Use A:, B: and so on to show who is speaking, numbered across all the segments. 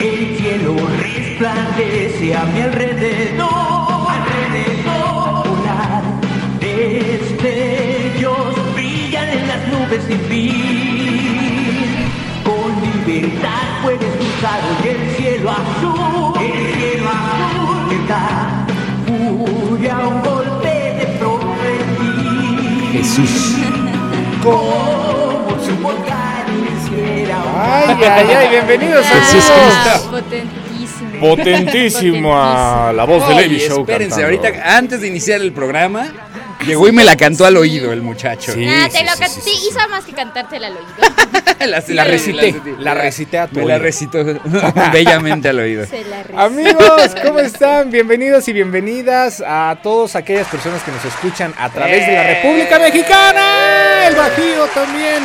A: El cielo resplandece a mi alrededor, alrededor. Polar, destellos brillan en las nubes sin fin. Con libertad puedes cruzar hoy el cielo azul, el cielo azul. Que da furia a un golpe de provenir.
B: Jesús.
A: Como si un volcán hiciera un
C: Ay, ay, ay, bienvenidos a
B: Jesús
C: todos.
B: Cristo.
D: Potentísimo.
C: Potentísimo
D: Ah,
C: a la voz de
B: Oye,
C: Levy Show.
B: espérense,
C: cantando.
B: ahorita antes de iniciar el programa, llegó y me la cantó al oído el muchacho.
C: Sí.
D: Ah, te lo
C: sí,
D: can-
C: sí,
D: sí,
C: sí,
D: hizo más que cantártela al oído.
B: la,
C: La recité, la recité a tu
B: Me la
C: oído.
B: recitó bellamente al oído.
D: Se la rezó.
C: Amigos, ¿cómo están? Bienvenidos y bienvenidas a todas aquellas personas que nos escuchan a través de la
B: Eh.
C: República Mexicana, el Bajío también,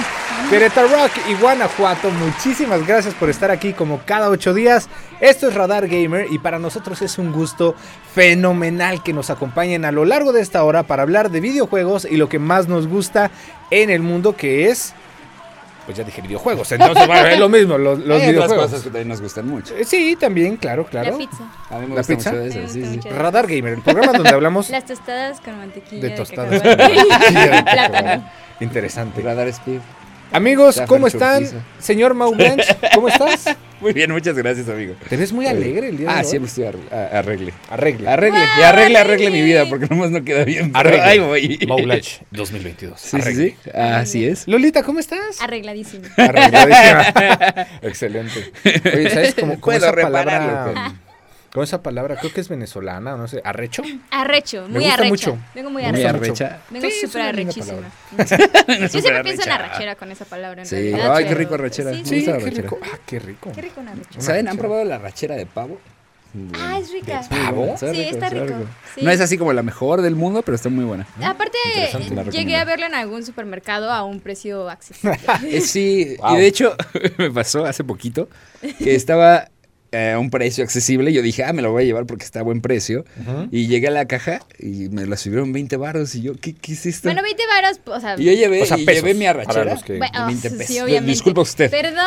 C: Querétaro Rock y Guanajuato. Muchísimas gracias por estar aquí como cada ocho días. Esto es Radar Gamer y para nosotros es un gusto fenomenal que nos acompañen a lo largo de esta hora para hablar de videojuegos y lo que más nos gusta en el mundo que es... Pues ya dije videojuegos, entonces bueno, es lo mismo, los, los
B: Hay otras
C: videojuegos.
B: cosas que también nos gustan mucho.
C: Eh, Sí, también, claro, claro.
D: La pizza.
B: A mí me
C: ¿La
B: gusta
C: pizza?
B: mucho eso,
D: Me
B: sí,
D: gusta
B: sí.
D: mucho.
C: Radar Gamer, el programa donde hablamos
D: Las tostadas con mantequilla.
C: de
D: de
C: tostadas.
D: cacahuate.
C: Plátano. Interesante.
B: Radar Speed.
C: Amigos, ¿cómo
B: Zafar
C: están?
B: Churquiza.
C: Señor Mau Branch, ¿cómo estás?
B: Muy bien, muchas gracias, amigo.
C: Te ves muy alegre el día de hoy.
B: Ah, siempre estoy arre- a- arregle.
C: Arregla.
B: Arregle,
D: Wow,
B: y arregle, arregle
D: arregle.
B: mi vida, porque nomás no queda bien. pero
C: Arregle.
B: Ahí voy.
C: Mau Branch 2022.
B: Sí, sí,
C: Arregla.
B: sí. Así es.
C: Lolita, ¿cómo estás?
D: Arregladísimo.
C: Arregladísima. Excelente. Oye, ¿sabes cómo, cómo
B: Puedo
C: esa
B: repararlo
C: palabra?
B: con-
C: Con esa palabra, creo que es venezolana, no sé. ¿Arrecho?
B: Ah,
D: Arrecho,
C: Me
D: muy
C: gusta
D: arrecho.
C: mucho.
D: Vengo muy
C: Me
B: Muy
C: gusta
D: arrecho.
C: mucho.
B: arrecha.
D: Vengo
C: Sí, es
D: súper
C: una linda
D: arrechísima.
C: palabra.
D: Yo siempre
B: Súper
D: pienso en
B: arrechada.
D: arrechera con esa palabra. En
B: Sí.
D: realidad,
B: Ay, qué
D: pero-
B: rico arrechera. Me
C: Sí,
B: gusta
C: qué
B: la arrechera.
C: rico. Ah, qué rico.
D: Qué rico un arrecho.
B: ¿Saben? ¿Han
C: Una
B: probado la rachera de pavo?
D: Ah, es rica.
C: ¿Pavo?
B: Sabe
D: Sí, está
B: sabe
D: rico, sí.
B: No es así como la mejor del mundo, pero está muy buena.
D: Aparte,
B: Interesante, la
D: llegué
B: recomiendo.
D: a verla en algún supermercado a un precio accesible.
B: Eh, sí,
C: Wow.
B: y de hecho me pasó hace poquito que estaba eh, a un precio accesible. Yo dije, ah, me lo voy a llevar porque está a buen precio.
C: Ujú.
B: Y llegué a la caja y me la subieron 20 baros. Y yo, ¿qué, qué es esto?
D: bueno, 20 varos, o sea...
B: y yo llevé,
C: O sea,
B: y
C: pesos,
B: llevé mi
C: para
B: arrachera.
C: los que-
D: bueno,
B: de 20
D: sí,
B: pesos.
D: obviamente.
B: Disculpa usted.
D: Perdone.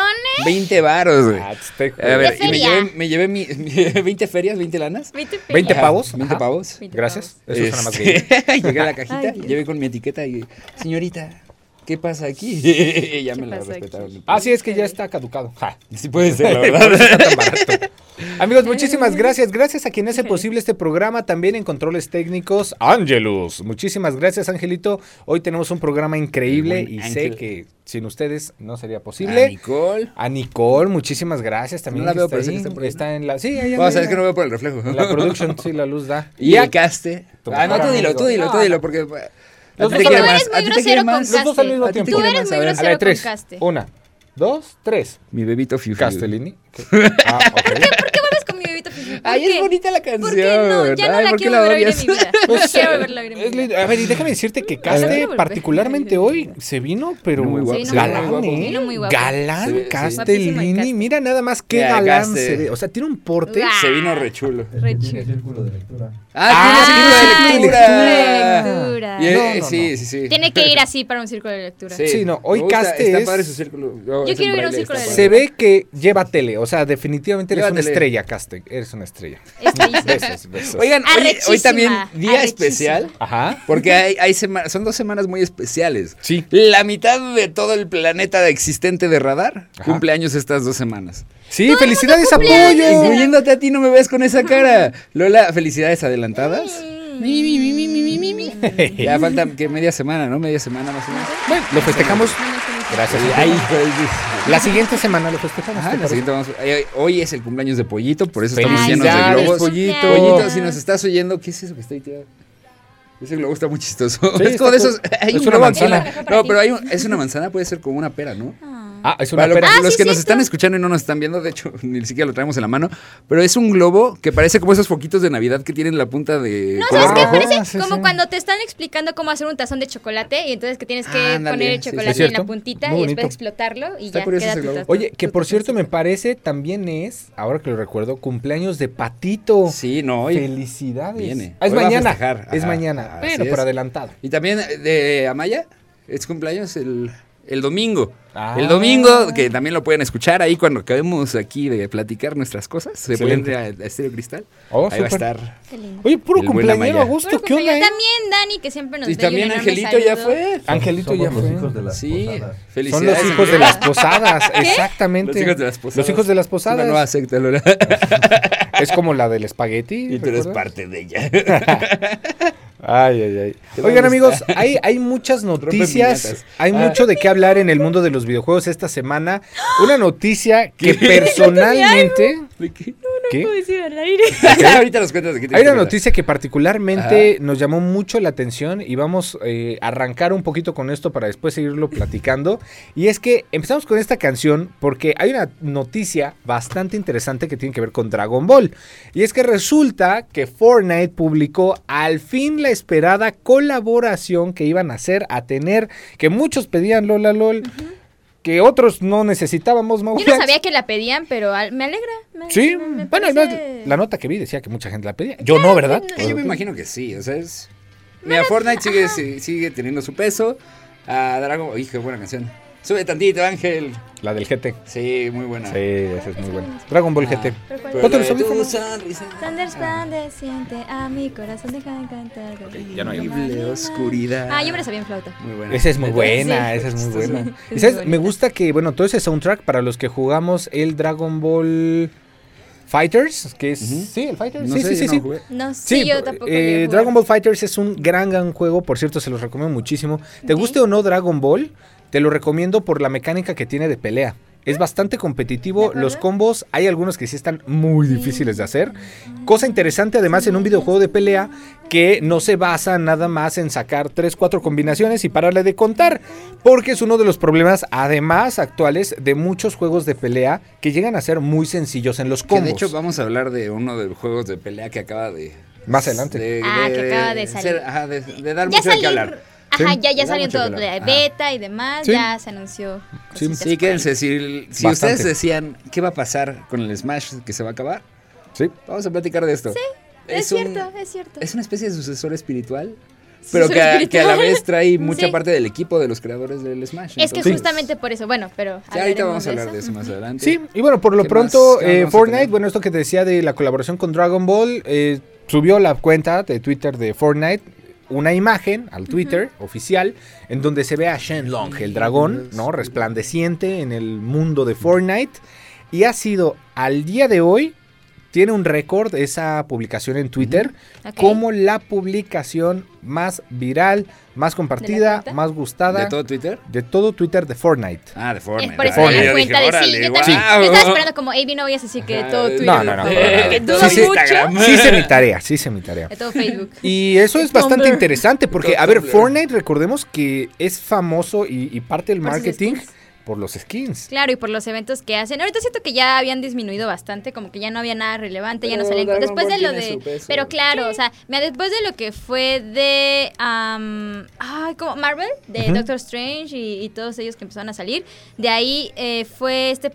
B: 20 baros, güey.
C: Ah, te juro.
B: A ver,
D: ¿De
B: y me
D: feria?
B: llevé, me llevé mi, 20 ferias, 20 lanas.
D: 20
C: ¿Veinte
D: pesos.
B: Ajá,
C: pavos?
B: 20
C: Ajá.
B: pavos.
D: 20
C: Gracias.
D: pavos.
C: Eso suena más ¿eh?
B: Este,
C: bien.
B: Llegué a la cajita,
D: Ay, Dios.
B: llevé con mi etiqueta y, señorita, ¿qué pasa aquí? Y ya
D: ¿Qué
B: me la
D: pasa
B: respetaron.
C: Ah, sí, es que ya está caducado. Ja.
B: Sí puede ser, la verdad.
C: Está tan barato. Amigos, muchísimas gracias. Gracias a quien hace posible este programa, también en controles técnicos, Ángelus. Muchísimas gracias, Angelito. Hoy tenemos un programa increíble
B: El buen
C: y
B: Ángel.
C: sé que sin ustedes no sería
B: A
C: posible.
B: Nicole.
C: A Nicole, muchísimas gracias. También
B: No la
C: que
B: veo,
C: está
B: pero sé
C: ahí.
B: que está por ahí,
C: Está en la. Sí, ahí
B: Vamos a
C: anda,
B: ver que no veo por el reflejo.
C: en la production, sí, la luz da.
B: Y el caste.
C: Tu
B: Ah, no,
C: mejor
B: tú dilo,
C: amigo.
B: tú dilo, tú
C: No,
B: dilo, porque... eh,
C: Los
B: a ti
C: dos
B: te
C: son-
B: quiere
C: Tú
B: más,
D: eres muy
B: a ti te
D: grosero
B: quiere
D: con
B: más.
D: Caste.
C: Los dos al mismo
B: A ti te
C: tiempo.
B: quiere
D: Tú eres
B: más,
D: muy
B: a ver.
C: A la de
D: grosero.
C: tres.
D: con Caste.
C: Una, dos, tres.
B: Mi bebito Fiu Fiu.
C: Castellini. Ah, ok.
D: ¿Por qué vuelves con mi bebito Fifi? ¿Por
B: Ay, es
D: qué?
B: bonita la
D: ¿Por qué no?
B: canción.
D: Ya no
B: Ay,
D: la
B: ¿por qué
D: quiero
B: la
D: volver a oír en mi
B: odias?
D: vida. No quiero volverla a oír en
C: Pues, eh, Es
D: mi vida.
C: lindo. A ver, y déjame decirte que
D: Lo quiero
C: Caste,
D: volver.
C: particularmente hoy, se vino, pero
B: Vino muy guapo. Se vino
C: galán,
B: muy guapo.
C: ¿eh?
D: Se vino muy guapo.
C: Galán,
B: Sí, sí.
D: Guapísimo el
C: Castellini.
D: Caste.
C: Mira nada más qué
B: Ya,
C: galán
B: Caste.
C: se ve. O sea, tiene un porte.
D: Guau.
B: Se vino rechulo.
D: Re chido.
B: Ah, tiene círculo
D: Ah,
B: de
D: círculo de
B: lectura.
D: lectura.
B: Y, eh,
C: No, no, no.
B: Sí, sí, sí.
D: Tiene que ir así para un círculo de lectura.
C: Sí, no, hoy
B: me gusta,
C: Caste
B: está
C: es-
B: padre su círculo. Yo,
D: quiero ir a un círculo de
C: Se ve que lleva tele. O sea, definitivamente eres
B: Lleva
C: una
B: tele.
C: estrella, Caste. Eres una estrella.
D: Es bellísimo.
C: Besos, besos.
B: Oigan, hoy- hoy,
D: Arrechísima,
B: también día
D: arrechísima.
B: especial.
C: Ajá.
B: Porque hay, hay sema- son dos semanas muy especiales.
C: Sí.
B: La mitad de todo el planeta de existente de radar
C: Ajá.
B: cumple años estas dos semanas.
C: Sí, felicidades,
D: cumpleaños,
C: apoyo.
D: ¿eh?
B: Incluyéndote a ti, no me ves con esa cara. Lola, felicidades adelantadas. Mi, mi, mi, mi, mi, mi, mi, mi. Ya falta que media semana, ¿no? Media semana más o menos.
C: Bueno, lo festejamos. Gracias.
B: Ay,
C: Ay,
B: pues,
C: La siguiente semana lo festejamos.
B: Ajá,
C: ¿te
B: Ah, la
C: parece?
B: siguiente vamos- ay, Hoy es el cumpleaños de Pollito, por eso estamos llenos de
C: Felicidades,
B: globos.
C: pollito.
B: Pollito, si nos estás oyendo, ¿qué es eso que está ahí tirado? Ese globo está muy chistoso.
C: Sí,
B: es como
C: está
B: de
C: cool.
B: esos. eh, Hay
C: Es
B: un
C: una
B: globo aquí en la-
C: manzana.
D: Mejor para
B: No,
D: ti.
B: pero hay un- es una manzana, puede ser como una pera, ¿no?
C: Ah, es una
B: Para lo-
C: pera.
B: los
D: sí,
B: que nos
D: cierto.
B: están escuchando y no nos están viendo, de hecho, ni siquiera lo traemos en la mano, pero es un globo que parece como esos foquitos de Navidad que tienen la punta de.
D: No,
B: color
D: ¿sabes qué?
B: rojo. Ah,
D: Parece
C: sí,
D: como
C: sí.
D: cuando te están explicando cómo hacer un tazón de chocolate y entonces que tienes que
B: Ah, ándale,
D: poner el
B: sí, sí.
D: chocolate
C: ¿Es
D: en
C: cierto?
D: la puntita
C: Muy
D: y
C: bonito.
D: después explotarlo y
B: Está
D: ya
B: curioso
D: queda
B: ese
D: tu
B: globo.
D: tazón.
C: Oye, que
D: Tu
C: por cierto
D: tazoncito.
C: me parece también es, ahora que lo recuerdo, cumpleaños de Patito.
B: Sí, no, y-
C: Felicidades.
B: Viene.
C: Ah, es
B: Hoy va a
C: mañana.
B: festejar.
C: Es
B: Ajá,
C: mañana.
B: así
C: Pero
B: es.
C: por adelantado.
B: Y también eh, de Amaya, es cumpleaños el el domingo.
C: Ah.
B: El domingo, que también lo pueden escuchar ahí cuando acabemos aquí de platicar nuestras cosas. Se pueden
C: Excelente.
B: ir a, a Estéreo Cristal.
C: Oh,
B: ahí va a
C: súper.
B: estar.
D: Qué lindo.
C: Oye, puro
B: El buen
C: cumpleañero,
B: Amaya.
C: Augusto,
D: Puro
C: ¿qué onda?
D: cumpleaños.
C: eh?
D: pues, También Dani, que siempre nos
B: Y
D: da
B: también
D: un enorme
B: Angelito ya
D: saludo.
B: fue.
C: Angelito ya
E: Somos los
C: fue.
E: hijos de las
B: Sí,
E: posadas.
C: Son
B: felicidades.
C: los hijos de las posadas, exactamente.
B: Los hijos de las posadas.
C: Los hijos de las posadas.
B: Una nueva secta, Lola.
C: Es como la del espagueti.
B: y tú eres
C: ¿recuerdas?
B: parte de ella.
C: Ay, ay,
B: Qué
C: ay. Oigan
B: mal
C: amigos,
B: está.
C: hay, hay muchas noticias,
B: piñatas.
C: hay
B: Ah.
C: mucho de qué hablar en el mundo de los videojuegos esta semana. Una noticia que personalmente...
B: ¿De qué?
C: ¿Qué?
B: Ahorita nos cuentas de qué te
C: Hay una
B: cuenta.
C: noticia que particularmente nos llamó mucho la atención y vamos eh, a arrancar un poquito con esto para después seguirlo platicando. Y es que empezamos con esta canción porque hay una noticia bastante interesante que tiene que ver con Dragon Ball. Y es que resulta que Fortnite publicó al fin la esperada colaboración que iban a hacer, a tener, que muchos pedían Lola LOL, que otros no necesitábamos, Mau
D: Yo no
C: Flax.
D: sabía que la pedían, pero al- me alegra. me-
C: Sí,
D: me- me
C: bueno, además,
D: parece-
C: la nota que vi decía que mucha gente la pedía. Yo no, ¿verdad?
B: Eh, yo me imagino que sí, o sea, es... Mira, Fortnite sigue, si- sigue teniendo su peso. A Dragon... oh, Hijo, buena canción. Sube tantito, Ángel.
C: La del GT.
B: Sí, muy buena. Ah.
C: Sí, esa es muy buena. Dragon Ball GT.
D: Pero cuál-
B: Pero la de
C: los audífonos.
B: tu sonrisa, Ah.
D: Thunderstand siente a mi corazón deja de cantar.
C: ya no hay.
B: horrible oscuridad.
D: Ah, yo me la sabía en flauta.
B: Muy buena.
C: Esa es muy buena,
D: Sí.
C: esa es muy buena.
D: Sí.
C: Y sabes,
D: Muy
C: me
D: bonita.
C: gusta que, bueno, todo ese soundtrack para los que jugamos el Dragon Ball Fighters, que es... Sí, el Fighters.
B: No
C: sí,
B: sé,
C: sí,
B: yo
C: sí,
B: no
C: sí.
B: jugué.
D: No, sí,
C: eh,
D: yo tampoco. llegué a jugar.
C: Dragon Ball Fighters es un gran, gran juego. Por cierto, se los recomiendo muchísimo. ¿Te
D: Ok.
C: guste o no Dragon Ball? Te lo recomiendo por la mecánica que tiene de pelea. Es bastante
D: ¿De
C: competitivo.
D: acuerdo?
C: Los combos, hay algunos que sí están muy difíciles de hacer. Cosa interesante, además, en un videojuego de pelea que no se basa nada más en sacar 3, 4 combinaciones y pararle de contar. Porque es uno de los problemas, además, actuales de muchos juegos de pelea que llegan a ser muy sencillos en los
B: Que
C: combos.
B: de hecho vamos a hablar de uno de los juegos de pelea que acaba de...
C: Más adelante.
B: de-
D: Ah, que acaba de salir.
B: ser- ajá, de, de dar
D: Ya
B: mucho de qué
D: salió-
B: hablar.
D: Ajá,
C: Sí.
D: ya,
B: Le
D: ya
B: da
D: salió
B: mucho
D: todo
B: calor.
D: de
B: Ajá.
D: beta y demás,
C: Sí.
D: ya se anunció.
C: Sí.
D: cositas
B: Sí,
D: por ahí.
B: quédense. Si, si
C: Bastante.
B: ustedes decían qué va a pasar con el Smash que se va a acabar,
C: Sí.
B: vamos a platicar de esto. Sí,
D: Es, cierto, es cierto.
B: Es una especie de sucesor espiritual, pero
D: Sucesor
B: que, a- que a la
D: espiritual.
B: vez trae mucha
D: Sí.
B: parte del equipo de los creadores del Smash.
D: Es que
B: entonces-
D: justamente por eso, bueno, pero.
B: Sí, ahorita vamos a hablar
D: hablaremos
B: de eso más adelante.
C: Sí, y bueno, por lo
B: ¿Qué
C: pronto,
B: más? Ah, ¿Qué más
C: eh,
B: vamos a
C: Fortnite,
B: tener?
C: bueno, esto que te decía de la colaboración con Dragon Ball, eh, subió la cuenta de Twitter de Fortnite una imagen al Twitter oficial en donde se ve a Shenlong, el dragón, ¿no? Resplandeciente en el mundo de Fortnite. Y ha sido, al día de hoy, tiene un récord esa publicación en Twitter
D: Ok.
C: como la publicación más viral, más compartida,
D: cuenta?
C: más gustada
B: ¿De todo Twitter?
C: de todo Twitter de Fortnite.
B: Ah, de
D: Es
B: Fortnite.
D: por eso
B: Ah,
D: que
B: yo
D: la
B: dije,
D: cuenta de sí.
B: órale,
D: Yo también
B: guau.
D: yo estaba esperando como, hey, no voy a decir que de todo Twitter.
C: No, no, no,
D: de
C: para nada.
D: que todo
C: Sí, sí,
D: mucho,
B: Instagram.
C: Sí hice mi tarea, sí hice mi tarea.
D: De todo Facebook.
C: Y eso es bastante
D: Tumblr.
C: interesante porque,
B: Todo
C: a ver,
B: Tumblr.
C: Fortnite, recordemos que es famoso y, y parte del
D: Por sus
C: marketing
D: skins.
C: por los skins.
D: Claro, y por los eventos que hacen. Ahorita siento que ya habían disminuido bastante, como que ya no había nada relevante, ya no
B: Pero
D: salían.
B: Dragon
D: Después de
B: Ball
D: lo
B: tiene su
D: de.
B: peso.
D: Pero claro, o sea, mira, después de lo que fue de. am, ay, como Marvel, de
C: Ujú.
D: Doctor Strange y, y todos ellos que empezaron a salir. De ahí eh, fue este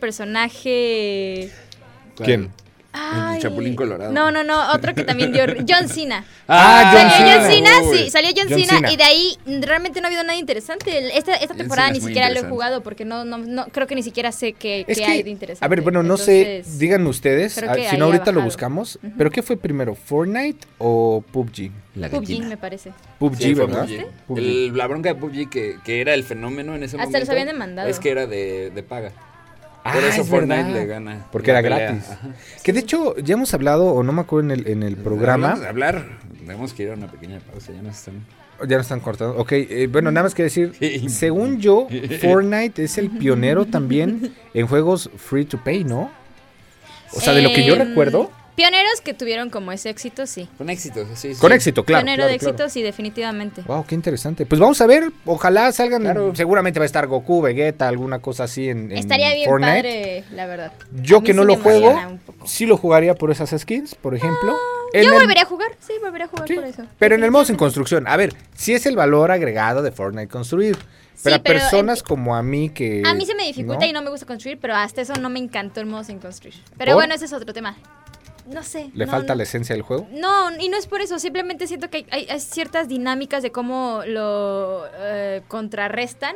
D: personaje.
C: ¿Quién?
D: Ay.
B: Chapulín Colorado.
D: No, no, no, otro que también dio. ri- John Cena.
C: Ah, John
D: salió John
C: Cena.
D: Cena,
B: Uy.
D: sí, salió John,
C: John
D: Cena,
C: Cena.
D: y de ahí realmente no ha habido nada interesante. El- Esta, esta
B: John
D: temporada
B: Cena
D: ni
B: es muy
D: siquiera lo he
B: interesante.
D: jugado porque no, no, no- creo que ni siquiera sé qué,
C: Es
D: qué
C: que,
D: hay de interesante.
C: a ver, bueno, no sé,
D: Entonces,
C: díganme ustedes,
D: creo
C: a-
D: que
C: si no
D: ahí ha
C: ahorita lo
D: bajado.
C: buscamos, pero ¿qué fue primero, Fortnite o PUBG?
B: La
D: PUBG me parece.
C: PUBG,
B: Sí, fue
C: ¿verdad?
B: PUBG.
C: PUBG.
B: El- la bronca de PUBG que, que era el fenómeno en ese
D: Hasta
B: momento.
D: los habían demandado.
B: Es que era de, de paga.
C: Ah,
B: Por eso
C: es
B: Fortnite
C: verdad.
B: le gana.
C: Porque
B: la
C: era
B: pelea.
C: gratis.
B: Ajá.
C: Que de hecho ya hemos hablado, o no me acuerdo en el, en el programa.
B: Hablando de hablar, tenemos que ir a una pequeña pausa. Ya nos están.
C: Ya no están cortando. Ok, eh, bueno, nada más que decir,
B: Sí.
C: según yo, Fortnite es el pionero también en juegos free to pay, ¿no? O sea, de lo que yo
D: Em,
C: recuerdo,
D: Pioneros que tuvieron como ese éxito, sí.
B: Con éxito, sí. sí.
C: con éxito, claro.
D: Pionero
C: claro,
D: de
C: claro.
D: éxito, sí, definitivamente.
C: Wow, qué interesante. Pues vamos a ver, ojalá salgan,
B: Claro.
C: seguramente va a estar Goku, Vegeta, alguna cosa así en, en
D: Estaría bien
C: Fortnite.
D: padre, la verdad. A
C: Yo
D: mí
C: que no
D: sí
C: lo
D: me
C: juego,
D: emociona un poco. Ah,
C: sí lo jugaría por esas skins, por ejemplo. En
D: Yo
C: el-
D: volvería a jugar, sí, volvería a jugar
C: Sí,
D: por eso.
C: Pero en el modo sin construcción, a ver, sí es el valor agregado de Fortnite construir. Pero a
D: pero en-
C: personas como a mí que.
D: A mí se me dificulta y no me gusta construir, pero hasta eso no me encantó el modo sin construir. Pero
C: ¿Por?
D: bueno, ese es otro tema. No sé.
C: ¿Le
D: no,
C: falta
D: no.
C: la esencia del juego?
D: No, y no es por eso, simplemente siento que hay, hay- hay ciertas dinámicas de cómo lo eh, contrarrestan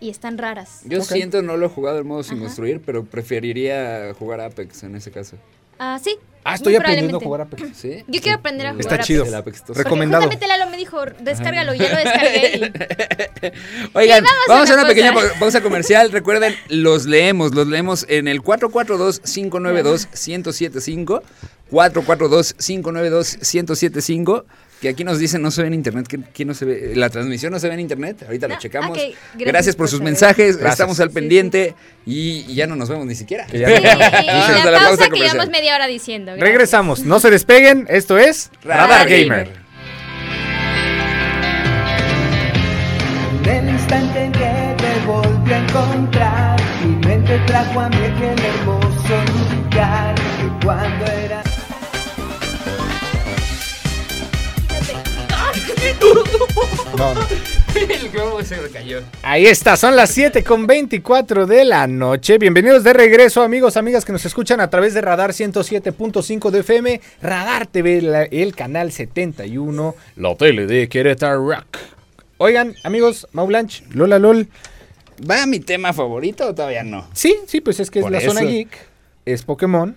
D: y están raras.
B: Yo
C: Ok.
B: siento no lo he jugado en modo sin
D: Ajá.
B: construir, pero preferiría jugar Apex en ese caso.
D: Ah, sí.
C: Ah, estoy
D: muy
C: aprendiendo a
D: probablemente.
C: jugar a Apex.
B: ¿Sí?
D: Yo quiero aprender a
B: El-
D: jugar
C: Está
D: Apex.
C: chido.
B: el Apex dos.
C: Reco-
D: Porque
C: Recomendado.
D: justamente Lalo me dijo, descárgalo, ya lo descargué. y-
B: Oigan,
D: Y vamos
B: vamos a
D: a
B: una
D: una
B: pequeña
D: cosa.
B: pa- pausa comercial. Recuerden, los leemos, los leemos en el 442-592-1075. 442-592-1075. Que aquí nos dicen, no se ve en internet. que no se ve? La transmisión no se ve en internet. Ahorita lo
D: No,
B: checamos.
D: ok,
B: gracias,
D: gracias
B: por
D: por
B: sus
D: saber.
B: mensajes.
C: Gracias.
B: Estamos al
D: Sí,
B: pendiente y, y ya no nos vemos ni siquiera.
C: Que ya-
D: Sí,
C: Vamos a
B: la
D: la
B: pausa
D: pausa que
B: comercial.
D: llevamos media hora diciendo. gracias.
C: Regresamos, no se despeguen, esto es Radar
B: Radar
C: Gamer.
B: Gamer.
A: Del instante en que te volví a encontrar, mi mente trajo a mí aquel hermoso lugar que cuando era.
C: No, no.
B: El globo se me cayó.
C: Ahí está, son las 7 con 24 de la noche. Bienvenidos de regreso, amigos, amigas que nos escuchan a través de Radar 107.5 de FM, Radar TV, la- el canal 71, la tele de Querétaro Rock. Oigan, amigos, Maulanch, Lola Lol.
B: ¿Va mi tema favorito o todavía no?
C: Sí, sí, pues es que es
B: Por
C: la zona
B: eso.
C: geek, es Pokémon.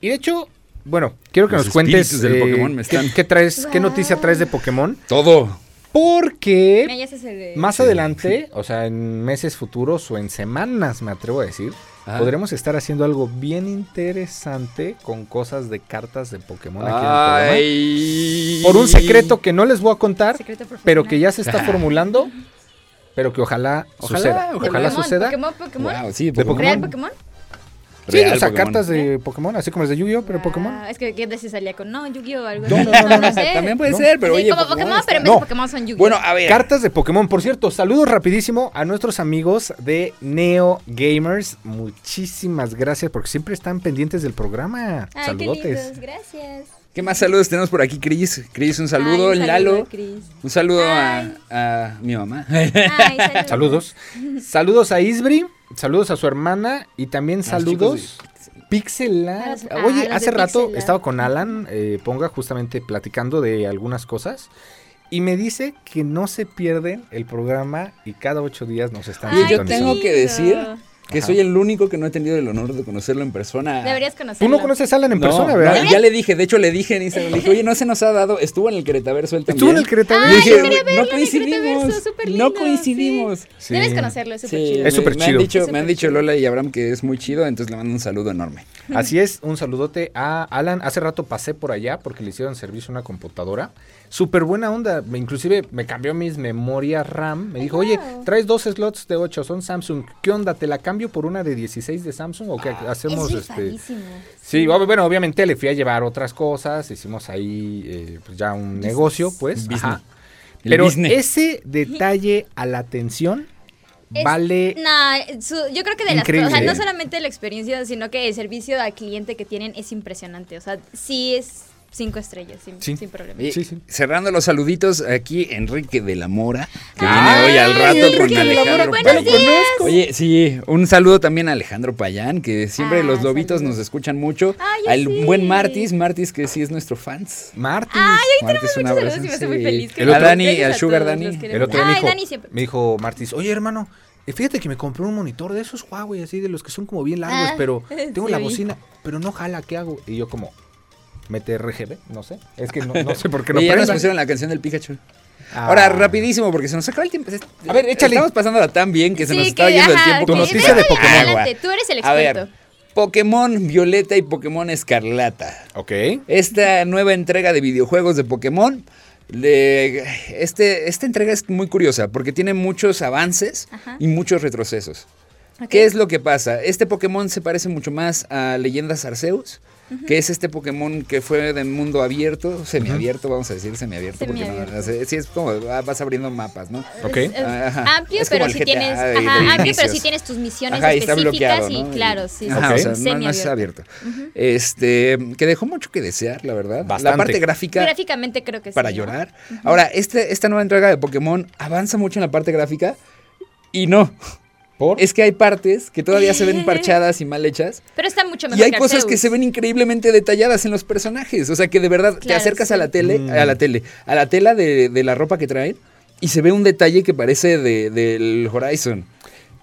C: Y de hecho, bueno, quiero que
B: Los
C: nos cuentes
B: espíritus del
C: eh,
B: Pokémon me
C: qué-
B: están-
C: qué traes, qué noticia
D: Wow.
C: traes de Pokémon.
B: Todo.
C: Porque
D: Mira, ya se se le-
C: Más adelante, o sea, en meses futuros o en semanas, me atrevo a decir,
B: Ah.
C: podremos estar haciendo algo bien interesante con cosas de cartas de Pokémon aquí en el programa.
B: Ay.
C: Por un secreto que no les voy a contar,
D: Secreto profesional.
C: pero que ya se está formulando, pero que ojalá,
B: Ojalá,
C: suceda.
B: ojalá.
C: Ojalá,
D: Pokémon,
C: suceda.
D: Pokémon, Pokémon.
B: Wow, sí,
C: De Pokémon.
D: ¿Real Pokémon?
C: Sí,
B: Real
C: o sea,
B: Pokémon.
C: cartas de Pokémon, así como las de Yu-Gi-Oh, pero Pokémon.
D: Ah, es que ¿qué si salía con no, Yu-Gi-Oh o algo
C: No,
D: así.
C: no, no, no, no.
D: sé.
B: También puede
C: No.
B: ser, pero
D: Sí,
B: oye.
D: como Pokémon,
B: está-
D: pero en vez
C: No. ah,
D: de Pokémon son Yu-Gi-Oh.
B: Bueno, a ver.
C: Cartas de Pokémon, por cierto, saludos rapidísimo a nuestros amigos de Neo Gamers. Muchísimas gracias porque siempre están pendientes del programa.
D: Ay, qué
C: Saludotes.
D: lindos, gracias.
B: ¿Qué más saludos tenemos por aquí, Cris? Cris, un saludo.
D: Ay, un
B: Lalo,
D: saludo, Cris.
B: un saludo a,
D: Ay.
B: a mi mamá.
D: Ay,
C: Saludos. Saludos a Isbri, saludos a su hermana y también
B: los
C: saludos. Pixel Lab.
D: A los- ah,
C: Oye,
D: los de
C: hace rato
D: Pixel Lab.
C: estaba con Alan eh, Ponga justamente platicando de algunas cosas y me dice que no se pierden el programa y cada ocho días nos están
B: Y yo
C: sintonizando.
B: tengo que decir que
C: Ajá.
B: soy el único que no he tenido el honor de conocerlo en persona.
D: Deberías conocerlo.
C: Tú no conoces a Alan en
B: No,
C: persona,
B: no,
C: ¿verdad?
B: ya le dije, de hecho le dije en Instagram, le dije, oye, no se nos ha dado, estuvo en el Queretaverso él también.
C: Estuvo en el Querétaro.
D: Ay,
B: Dije,
D: yo quería verlo
B: no
D: en el
B: coincidimos,
D: Gretaverso, súper
B: no
D: lindo,
B: coincidimos.
C: Sí.
D: Debes conocerlo, es súper
B: Sí,
D: chido.
C: Es
B: me-
C: súper
B: me,
C: chido.
B: Han dicho,
D: Es
B: me han
D: súper
B: dicho
D: chido.
B: Lola y Abraham que es muy chido, entonces le mando un saludo enorme.
C: Así es, un saludote a Alan. Hace rato pasé por allá porque le hicieron servicio a una computadora. Súper buena onda. Me- Inclusive me cambió mis memorias RAM. Me dijo, oye,
D: Wow.
C: traes dos slots de 8, son Samsung. ¿Qué onda? ¿Te la cambio por una de 16 de Samsung o qué hacemos?
D: es
C: este?
D: rifadísimo.
C: Sí, ob- bueno, obviamente le fui a llevar otras cosas. Hicimos ahí eh, pues ya un negocio, pues.
B: Business.
C: Ajá.
B: El
C: Pero
B: business.
C: ese detalle a la atención
D: Es-
C: vale...
D: Nah, su- yo creo que de
C: Increíble.
D: las cosas, o sea, no solamente la experiencia, sino que el servicio al cliente que tienen es impresionante. O sea, sí es cinco estrellas, sin,
C: Sí.
D: sin problema.
B: Y
C: Sí, sí.
B: Cerrando los saluditos, aquí Enrique de la Mora, que viene
C: Ay,
B: hoy al rato
C: Enrique
B: con
C: de la
B: Alejandro
D: Mora,
B: Payán.
D: buenos días.
B: Oye, sí, un saludo también a Alejandro Payán, que siempre
D: Ah,
B: los lobitos
D: saludos.
B: nos escuchan mucho.
D: Ay,
B: Al
D: sí.
B: buen Martis, Martis que sí es nuestro fans.
C: Martis.
B: Martis, un
D: muchos
B: abrazo.
D: saludos y me hace
B: sí.
D: muy feliz que
B: A
C: El otro-
B: Dani,
D: Gracias
B: al
D: a
B: Sugar
D: todos,
B: Dani.
D: los queremos.
C: El otro día me
D: Ay,
C: dijo,
D: Dani siempre.
C: me dijo Martis, oye hermano, eh, fíjate que me compré un monitor de esos Huawei, así de los que son como bien largos,
D: Ah,
C: pero tengo
D: sí
C: la
D: vi.
C: bocina, pero no jala, ¿qué hago? Y yo como, mete RGB, no sé, es que no, no sé por qué no
B: Y ya nos
C: prende.
B: pusieron la canción del Pikachu.
C: Ah.
B: Ahora, rapidísimo, porque se nos acaba el tiempo.
C: A ver, échale.
B: Estamos pasándola tan bien que se
D: Sí,
B: nos
D: que-
B: estaba yendo el
D: ajá,
B: tiempo.
C: Tu
D: que-
B: como
C: noticia de
D: dale,
C: Pokémon.
D: Adelante, tú eres el
B: A
D: experto.
B: ver, Pokémon Violeta y Pokémon Escarlata.
C: Ok.
B: Esta nueva entrega de videojuegos de Pokémon. le- este, esta entrega es muy curiosa porque tiene muchos avances
D: Ajá.
B: y muchos retrocesos.
D: Ok.
B: ¿Qué es lo que pasa? Este Pokémon se parece mucho más a Leyendas Arceus, que es este Pokémon que fue de mundo abierto, semiabierto, vamos a decir semiabierto, porque no-
D: Semiabierto.
B: no sé, sí es como ah, vas abriendo mapas, ¿no?
C: Ok.
D: Es- es
B: Ajá.
D: Eh, amplio,
B: Es como
D: pero
B: el
D: si
B: GTA
D: tienes,
B: de- de
D: ajá, amplio, pero
B: inicios.
D: si tienes tus misiones
B: Ajá, y está bloqueado,
D: específicas y
B: ¿no?
D: claro, sí,
B: Ajá,
D: sí,
B: o
D: sí,
B: sea, no- no, es
D: semiabierto.
B: abierto. Este, que dejó mucho que desear, la verdad. La
C: Bastante.
B: parte gráfica
D: Gráficamente creo que sí.
B: para
D: ¿no?
B: llorar. Ahora, este, esta nueva entrega de Pokémon avanza mucho en la parte gráfica y no.
C: ¿Por?
B: Es que hay partes que todavía se ven parchadas y mal hechas.
D: Pero está mucho mejor
B: Y hay
D: que
B: cosas
D: Arceus.
B: que se ven increíblemente detalladas en los personajes. O sea que de verdad te
D: Claro,
C: Mm.
B: acercas
D: sí.
B: a la tele, a la tele, a la tela de, de la ropa que traen. y se ve un detalle que parece de, del Horizon.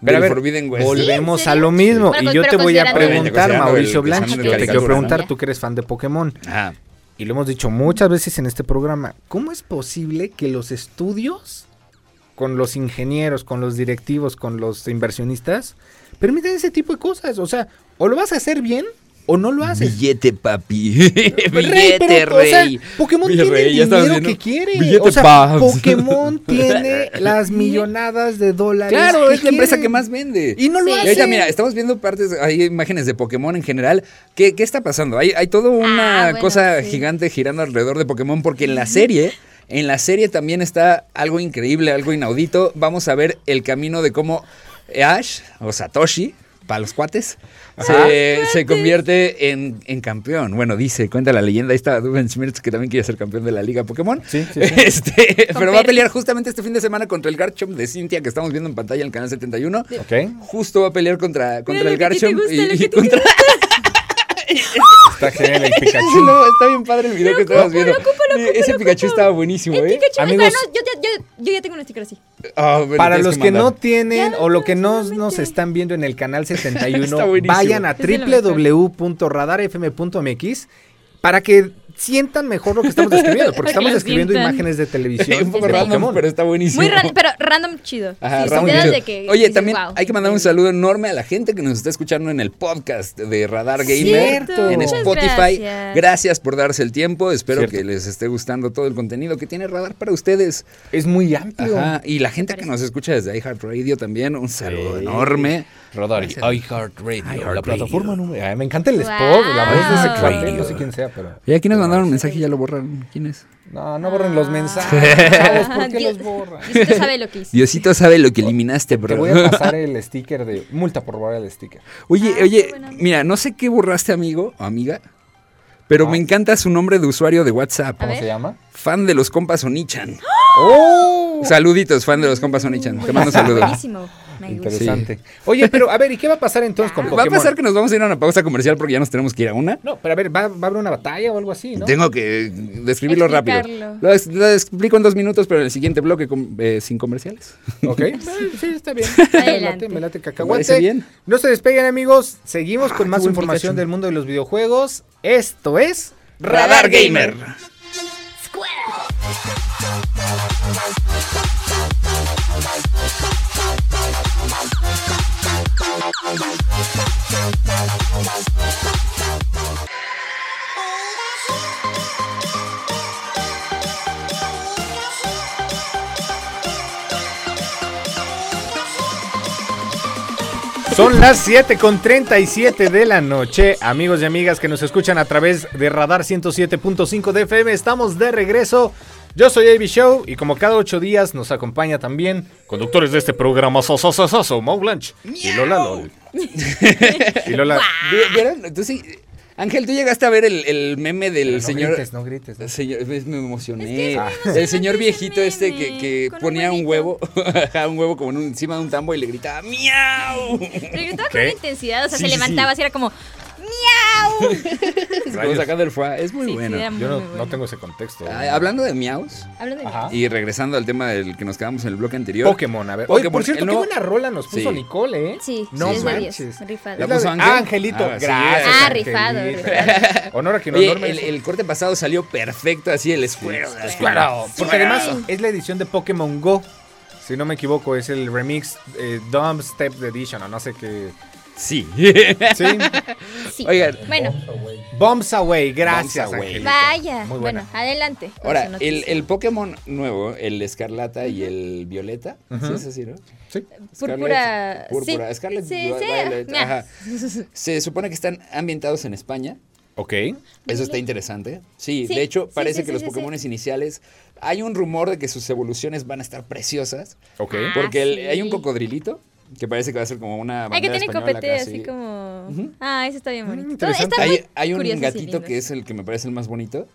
C: Pero a
B: del
C: ver,
B: Forbidden West.
C: volvemos
D: Sí,
C: a lo
D: sí.
C: mismo.
D: Bueno,
C: y yo
D: pero
C: te voy a
D: considerando-
C: preguntar,
B: Considerando
C: Mauricio
B: el- el
C: Blanco,
D: diseño
C: te
D: de
C: quiero
D: caricatura,
C: preguntar,
D: ¿no?
C: tú que eres fan de Pokémon,
B: Ajá.
C: y lo hemos dicho muchas veces en este programa, ¿cómo es posible que los estudios, con los ingenieros, con los directivos, con los inversionistas, permitan ese tipo de cosas? O sea, o lo vas a hacer bien o no lo haces.
B: Billete, papi.
C: Rey,
B: Billete,
C: pero, o sea,
B: rey.
C: Pokémon
B: Mi
C: tiene
B: rey, ya
C: el
B: estamos
C: dinero que
B: viendo.
C: quiere.
B: Billete,
C: o sea,
B: paps.
C: Pokémon tiene las millonadas de dólares.
B: Claro,
C: que
B: es la empresa
C: quieren.
B: que más vende.
C: Y no lo
D: Pues Sí.
B: Y ahorita,
C: hace.
B: mira, estamos viendo partes, hay imágenes de Pokémon en general. ¿Qué, qué está pasando? Hay, hay toda una
D: Ah, bueno,
B: cosa
D: sí.
B: gigante girando alrededor de Pokémon porque en la serie, en la serie también está algo increíble, algo inaudito. Vamos a ver el camino de cómo Ash o Satoshi, para los cuates, se, se convierte en, en campeón. Bueno, dice, cuenta la leyenda, ahí está Duben Schmirtz que también quiere ser campeón de la Liga Pokémon.
C: Sí, sí, sí.
B: Este,
D: Con
B: pero va a
D: Perry.
B: pelear justamente este fin de semana contra el Garchomp de Cintia que estamos viendo en pantalla en el canal 71
C: Ok.
B: justo va a pelear contra, contra
D: lo
B: el
D: que a ti te
B: Garchomp
D: gusta,
B: y,
D: lo que
B: y
D: a ti te
B: contra...
C: Está genial el
B: Sí, no, está bien padre el video
D: Lo
B: que estabas
D: ocupo,
B: viendo.
D: lo ocupo, lo
B: Y
D: ocupo,
B: Ese
D: lo
B: Pikachu
D: ocupo.
B: estaba buenísimo,
D: El
B: ¿eh?
D: Pikachu,
C: Amigos-
D: ah, no, yo, te- yo- yo ya tengo un sticker así.
B: Ah, bueno,
C: Para
B: tienes
C: los que no
B: mandar.
C: tienen
D: Ya,
C: o lo que no
D: solamente.
C: nos están viendo en el canal
B: Está
C: 71,
B: buenísimo.
C: vayan a
D: Es de lo
C: www.radarfm.mx para que sientan mejor lo que estamos describiendo, porque
D: Para que
C: estamos
D: lo
C: describiendo
D: sientan.
C: imágenes de televisión.
B: un poco
C: de
B: random,
C: Pokémon.
B: pero está buenísimo.
D: Muy random, pero random chido.
B: Ajá,
D: Sí,
B: está
D: son
B: muy
D: de
B: chido.
D: las de que
B: Oye,
D: dices,
B: también
D: "Wow".
B: hay que mandar un saludo enorme a la gente que nos está escuchando en el podcast de Radar Gamer
C: Cierto.
B: en
C: Muchas
B: Spotify.
D: gracias.
B: por darse el tiempo. Espero
C: Cierto.
B: que les esté gustando todo el contenido que tiene Radar para ustedes.
C: Es muy amplio.
B: Ajá, y la gente que nos escucha desde iHeartRadio también, un saludo enorme.
C: Rodari,
B: iHeartRadio,
C: la plataforma número. ay, me encanta el
D: Wow.
C: spot, la verdad es que
B: Radio.
C: cuate, no sé quién sea, pero.
B: Y aquí nos mandaron un mensaje y ya lo borraron. ¿Quién es?
C: No, no borren los mensajes. chavos, ¿Por qué
D: Ah. Dios-
C: los borran?
D: Diosito sabe lo que hice.
B: Diosito sabe lo que eliminaste,
C: Te
B: bro.
C: voy a pasar el sticker de multa por borrar el sticker.
B: Oye,
D: Ah,
B: oye,
D: qué buena onda.
B: mira, no sé qué borraste, amigo o amiga, pero
C: Ah.
B: me encanta su nombre de usuario de WhatsApp.
D: A
C: ¿Cómo
D: ver.
C: se llama?
B: Fan de los compas Onichan.
C: ¡Oh!
B: Saluditos, fan de los compas Onichan. Te mando saludos.
D: Buenísimo. Me gusta.
C: Interesante. Oye, pero a ver, ¿y qué va a pasar entonces con
B: Ah, Va a
C: Pokémon?
B: pasar que nos vamos a ir a una pausa comercial porque ya nos tenemos que ir a una.
C: No, pero a ver, ¿va, va a haber una batalla o algo así, ¿no?
B: Tengo que describirlo rápido.
D: Explicarlo.
B: Lo, es- lo explico en dos minutos, pero en el siguiente bloque con- eh, sin comerciales.
C: Ok. Sí, sí, está bien. Me late,
D: Adelante.
C: me late
B: Me parece
C: cacahuate.
B: bien. Ah,
C: No se despeguen, amigos. Seguimos con
B: qué
C: más
B: buen
C: información
B: Pikachu.
C: del mundo de los videojuegos. Esto es
B: Radar Gamer.
C: Son las 7 con 37 de la noche. Amigos y amigas que nos escuchan a través de Radar 107.5 de FM, estamos de regreso. Yo soy AB Show y como cada ocho días nos acompaña también conductores de este programa Sosososo, Mau Blanch y Lola LOL. y Lola.
B: Vi- ¿Vieron? Entonces, sí, Ángel, tú llegaste a ver el, el meme del
C: No
B: señor.
C: grites, no grites. no.
B: El señor- ves, me emocioné.
D: Es que es muy
B: el señor
D: emocionante
B: viejito
D: ese
B: este que,
D: meme,
B: que
D: con un
B: ponía un huevo,
D: huevito.
B: ajá, un huevo como en un- encima de un tambo y le gritaba ¡Miau!
D: Pero gritaba
C: ¿Qué?
D: con una intensidad, o sea,
B: Sí,
D: se
B: sí,
D: levantaba así, era como ¡Miau! Sí,
B: Como sacando el fuá. Es muy
D: sí,
B: bueno.
D: era muy,
C: Yo no,
D: muy bueno.
C: no tengo ese contexto.
B: Ah, hablando de miaus
D: Habla de
C: Ajá.
B: y regresando al tema del que nos quedamos en el bloque anterior.
C: Ah. Pokémon, a ver. Oye,
B: Pokémon,
C: por cierto,
B: el
C: qué
B: nuevo-
C: buena rola nos puso
B: Sí.
C: Nicole, ¿eh?
D: Sí,
C: no
D: sí, es de
C: manches.
D: 10, rifado.
C: Es
B: ¿La puso
C: de-
B: Ángel?
C: Ah, Angelito,
B: Ah, sí,
C: gracias.
D: Ah, rifado,
C: rifado. Honor a quien
B: Oye,
C: honor
B: el,
C: merece.
B: el corte pasado salió perfecto, así el escuero.
C: Claro, porque
B: Squirtle.
C: además es la edición de Pokémon Go. Si no me equivoco, es el remix eh, Dumb Step Edition, o no sé qué.
B: Sí.
C: Sí,
D: Sí.
B: Oigan.
D: Bueno,
C: Bombs Away, gracias.
B: Bombs Away.
C: Angelito.
D: vaya.
C: Muy buena.
D: Bueno, adelante. con
B: Ahora,
D: su
B: el,
D: noticia.
B: el Pokémon nuevo, el Escarlata y el Violeta, ¿sí es así, no?
C: Sí.
D: Púrpura.
B: Scarlet- Púrpura.
D: sí.
B: Scarlet
D: Sí, sí.
B: Violet,
D: mira.
B: ajá. Se supone que están ambientados en España.
C: Ok.
B: Eso está interesante. Sí,
D: Sí,
B: de hecho,
D: sí,
B: parece
D: sí,
B: que
D: sí,
B: los
D: sí, sí.
B: Pokémones iniciales. Hay un rumor de que sus evoluciones van a estar preciosas.
C: Ok.
D: Ah,
B: Porque el-
D: sí.
B: hay un cocodrilito que parece que va a ser como una.
D: Ay, que
B: bandera
D: tiene
B: española
D: copete
B: casi.
D: así como. Ah, ese está bien bonito.
C: Mm,
D: Todo-
C: interesante.
D: está muy
B: Hay, hay un
D: curioso y
B: gatito
D: lindo.
B: que es el que me parece el más bonito.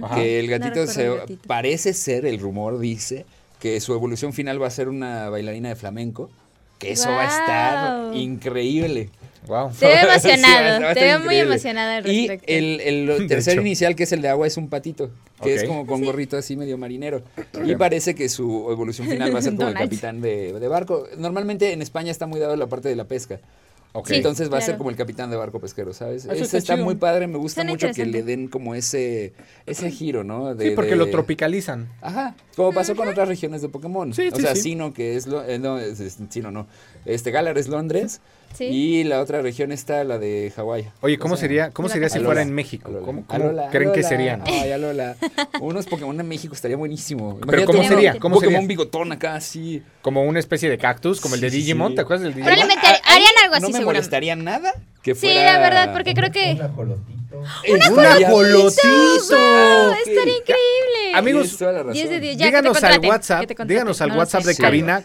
C: Ajá.
B: Que el
D: No
B: gatito
D: recuerdo
B: se-
D: el gatito.
B: parece ser, el rumor dice, que su evolución final va a ser una bailarina de flamenco. Que eso va a estar
D: Guau.
B: increíble.
C: Wow.
D: Te veo emocionado,
B: Sí, va a
D: te
B: estar
D: veo muy
B: increíble.
D: emocionada al respecto.
B: Y el, el
C: De
B: tercer
C: hecho.
B: inicial, que es el de agua, es un patito, que es
C: Ok.
B: como con gorrito así medio marinero. Y parece que su evolución final va a ser como el
D: Donald.
B: capitán de, de barco. Normalmente en España está muy dado la parte de la pesca.
C: Ok.
D: Sí,
B: Entonces va a ser
D: claro.
B: como el capitán de barco pesquero, ¿sabes?
C: Eso
B: Ese
C: está
B: está,
C: chido.
B: muy padre, me gusta
D: Suena
B: mucho que le
D: interesante.
B: den como ese, ese giro, ¿no? De-
C: sí, porque
B: de-
C: lo tropicalizan.
B: Ajá, como pasó con otras regiones de Pokémon.
C: Sí,
B: o
C: sí,
B: sea,
C: sí.
B: Sino, que es, lo, eh, no, es, es- Sinnoh no. Este Galar es Londres
D: Sí.
B: y la otra región está la de Hawái.
C: Oye, ¿cómo
B: O sea,
C: sería, cómo
D: la
C: sería si
B: Alola,
C: fuera en México?
B: Alola.
C: ¿Cómo, cómo
B: Alola,
C: creen que
B: Alola,
C: serían?
B: Ay, Alola. Unos Pokémon en México estaría buenísimo.
C: Pero
B: Imagínate
C: ¿cómo
B: un-
C: sería?
D: un
C: ¿Cómo
B: Pokémon
C: sería?
B: bigotón acá, así.
C: Como una especie de cactus, como el de
B: Sí, sí,
C: Digimon,
B: sí.
C: ¿te acuerdas del Digimon?
D: Probablemente
B: Ah, ah,
D: harían algo
B: no
D: así,
B: me
D: seguramente.
B: molestaría nada que
D: Sí,
B: fuera...
D: la verdad, porque creo que.
B: ¡Un
D: ¡Wow! Estaría increíble.
C: Amigos,
B: Tienes toda la razón.
D: 10 de 10. Ya, que te
C: Díganos al
D: contraten,
C: WhatsApp,
D: que te contraten. Ah,
C: díganos al
D: No lo
C: WhatsApp
D: sé.
C: de
B: sí.
C: cabina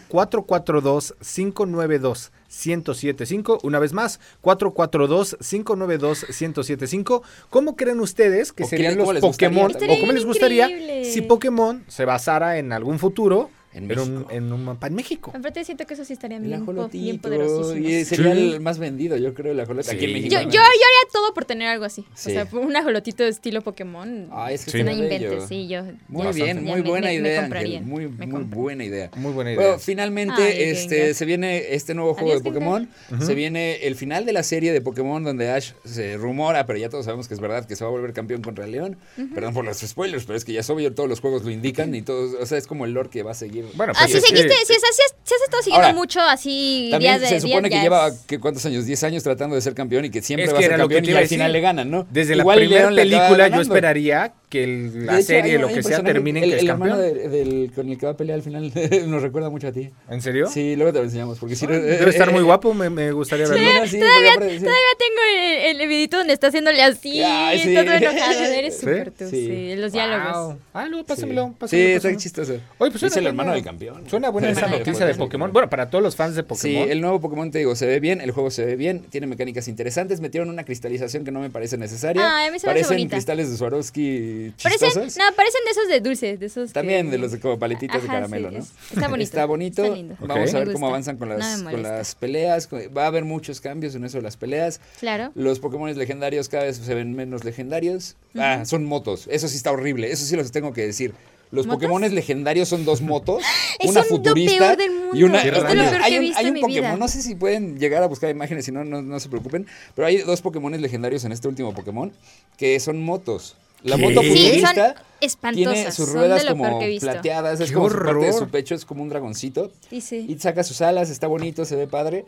C: 442-592-1075. Una vez más, 442-592-1075. ¿Cómo creen ustedes que
B: ¿O qué-
C: serían
B: cómo les
C: los
B: gustaría?
C: Pokémon?
D: Estaría
C: ¿O cómo les
D: bien
C: gustaría
D: increíble.
C: si Pokémon se basara en algún futuro
B: En
C: en, un,
B: México.
C: en un mapa en México?
D: Aparte siento que eso sí estaría
B: El
D: bien, po- bien
B: ajolotito.
D: poderosísimo.
B: Y sería
C: Sí.
B: el más vendido, yo creo, el ajolote. Aquí en
C: Sí.
B: México.
D: Yo, yo,
B: al
D: yo
B: menos.
D: haría todo por tener algo así.
B: Sí.
D: O sea, un ajolotito de estilo Pokémon.
B: Ah, es que
D: no
B: está
D: inventes,
B: bello.
D: sí, yo.
B: Muy
C: Bastante.
B: bien,
D: Ya
B: muy
D: me-
B: buena
D: me- me
B: idea,
D: compraría,
B: Ángel. Muy,
D: me
B: muy
D: compraría.
B: buena idea.
C: Muy buena idea.
B: Bueno, finalmente
D: Ay, qué
B: este,
D: gringa.
B: se viene este nuevo juego
D: Adiós,
B: de
D: gringa.
B: Pokémon. Se viene el final de la serie de Pokémon donde Ash se rumora, pero ya todos sabemos que es verdad que se va a volver campeón contra León. Perdón por los spoilers, pero es que ya es obvio, todos los juegos lo indican y todos, o sea, es como el lore que va a seguir.
C: Bueno, pues
D: Así
C: es que-
D: seguiste, si has, si has- si has estado siguiendo
B: Ahora,
D: mucho así
B: También
D: días de
B: se supone que
D: días, ya
B: lleva,
D: es-
B: ¿qué, ¿cuántos años? 10 años tratando de ser campeón y que siempre
C: Es
B: va a
C: que
B: ser
C: era lo que
B: campeón
C: te
B: y
C: iba a
B: al final
C: decir.
B: le ganan, ¿no?
C: Desde
B: Igual
C: la primera
B: León le acaba
C: película yo
B: ganando.
C: esperaría que el- la
B: De hecho, hay
C: serie,
B: un-
C: lo
B: hay
C: que
B: un
C: sea,
B: personaje-
C: termine en
B: el,
C: que es
B: el hermano
C: campeón.
B: de- del, con el que va a pelear al final nos recuerda mucho a ti.
C: ¿En serio?
B: Sí, luego te lo enseñamos. Porque eh, sí,
C: Debe estar muy guapo, me, me gustaría verlo.
B: Todavía,
D: Todavía, todavía tengo el, el videito donde está haciéndole así,
B: Ay, sí.
D: todo enojado. Eres
B: ¿Sí?
D: súper tú,
B: Sí.
D: sí. Los diálogos.
C: Wow. Ah, luego
B: Pásamelo, sí.
C: pásamelo.
B: Sí,
C: pásamelo, pásamelo.
B: está chistoso.
C: Oye, pues
B: es
C: suena
B: el hermano
C: buena-
B: del campeón.
C: Suena buena esa
D: Hermano del
C: noticia de
D: campeón.
C: Pokémon. Bueno, para todos los fans de
B: Sí,
C: Pokémon.
B: el nuevo Pokémon, te digo, se ve bien, el juego se ve bien, tiene mecánicas interesantes, metieron una cristalización que no me parece necesaria.
D: Ay, a mí se me hace
B: Parecen
D: bonita.
B: cristales de Swarovski
D: Parecen,
B: chistosos.
D: no, parecen de esos de dulces, de esos que-
B: También de los de como paletitas de
D: Ajá,
B: caramelo,
D: sí,
B: ¿no?
D: es- Está bonito.
B: Está bonito.
D: Está lindo.
B: Vamos a
C: Ok.
D: Me
B: ver cómo
D: gusta.
B: avanzan con
D: No me
B: las, con
D: molesta.
B: las peleas. con- Va a haber muchos cambios en eso de las peleas.
D: Claro.
B: Los Pokémon legendarios cada vez se ven menos legendarios. Ah, son motos. Eso sí está horrible. Eso sí los tengo que decir. Los
D: ¿Motos?
B: Pokémon legendarios son dos motos,
D: Es
B: una
D: lo peor
B: futurista
D: del mundo.
B: y una.
C: Es lo
B: hay
C: peor
B: un-
D: que he
B: hay un,
D: visto
B: hay
D: en
B: un
D: mi
B: Pokémon,
D: vida.
B: no sé si pueden llegar a buscar imágenes, si no, no, no se preocupen. Pero hay dos Pokémones legendarios en este último Pokémon que son motos. La
C: ¿Qué?
B: moto
C: Sí,
B: futurista
D: son espantosas,
B: tiene sus
D: son de
B: ruedas
D: lo peor
B: como
D: que he visto.
B: plateadas, es
C: ¡Qué
B: como su parte de
C: horror!
B: su pecho es como un dragoncito.
D: Sí, sí.
B: Y saca sus alas, está bonito, se ve padre.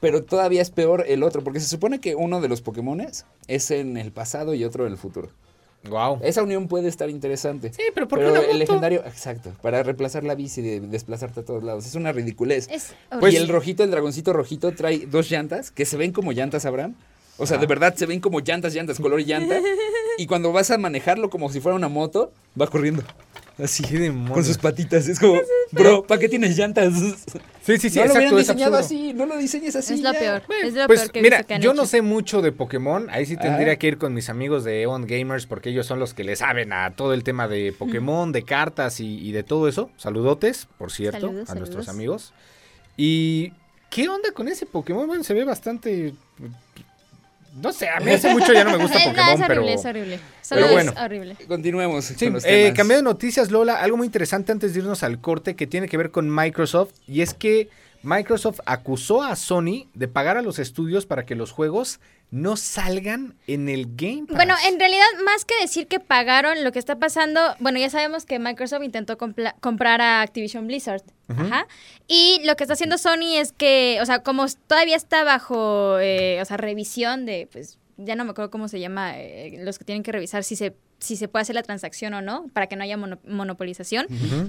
B: Pero todavía es peor el otro, porque se supone que uno de los Pokémones es en el pasado y otro en el futuro.
C: Wow.
B: Esa unión puede estar interesante.
C: Sí, pero ¿por qué una moto?
B: el legendario, exacto, para reemplazar la bici de desplazarte a todos lados. Es una ridiculez.
D: Es
B: y
D: horrible.
B: el rojito, el dragoncito rojito, trae dos llantas que se ven como llantas, Abraham. O sea, de verdad se ven como llantas, llantas, color llanta. y cuando vas a manejarlo como si fuera una moto, va corriendo. Así,
C: ¿Qué demonios?
B: con sus patitas. Es como, bro, ¿para qué tienes llantas?
C: Sí, sí, sí,
B: no lo
C: exacto.
B: hubieran
C: es
B: diseñado
C: absurdo.
B: así, no lo diseñes así.
D: es lo
B: Pues, ya.
D: peor. Es lo
C: Pues
D: peor que he
C: mira,
D: visto que han
C: yo
D: hecho.
C: no sé mucho de Pokémon, ahí sí
B: Ajá.
C: tendría que ir con mis amigos de Eon Gamers porque ellos son los que le saben a todo el tema de Pokémon, de cartas y, y de todo eso. Saludotes, por cierto,
D: Saludos,
C: a nuestros
D: saludos.
C: amigos. ¿Y qué onda con ese Pokémon? Bueno, se ve bastante... No sé, a mí hace mucho ya no me gusta
D: Eh, no,
C: Pokémon,
D: es horrible,
C: pero...
D: es horrible. Solo
C: pero bueno.
D: es horrible.
B: Continuemos
C: Sí,
B: con los
C: eh,
B: temas.
C: cambiando de noticias, Lola, algo muy interesante antes de irnos al corte que tiene que ver con Microsoft y es que Microsoft acusó a Sony de pagar a los estudios para que los juegos no salgan en el Game Pass.
D: Bueno, en realidad, más que decir que pagaron, lo que está pasando, bueno, ya sabemos que Microsoft intentó compla- comprar a Activision Blizzard. Ajá. Y lo que está haciendo Sony es que, o sea, como s- todavía está bajo, eh, o sea, revisión de, pues, ya no me acuerdo cómo se llama, eh, los que tienen que revisar si se si se puede hacer la transacción o no, para que no haya mono- monopolización.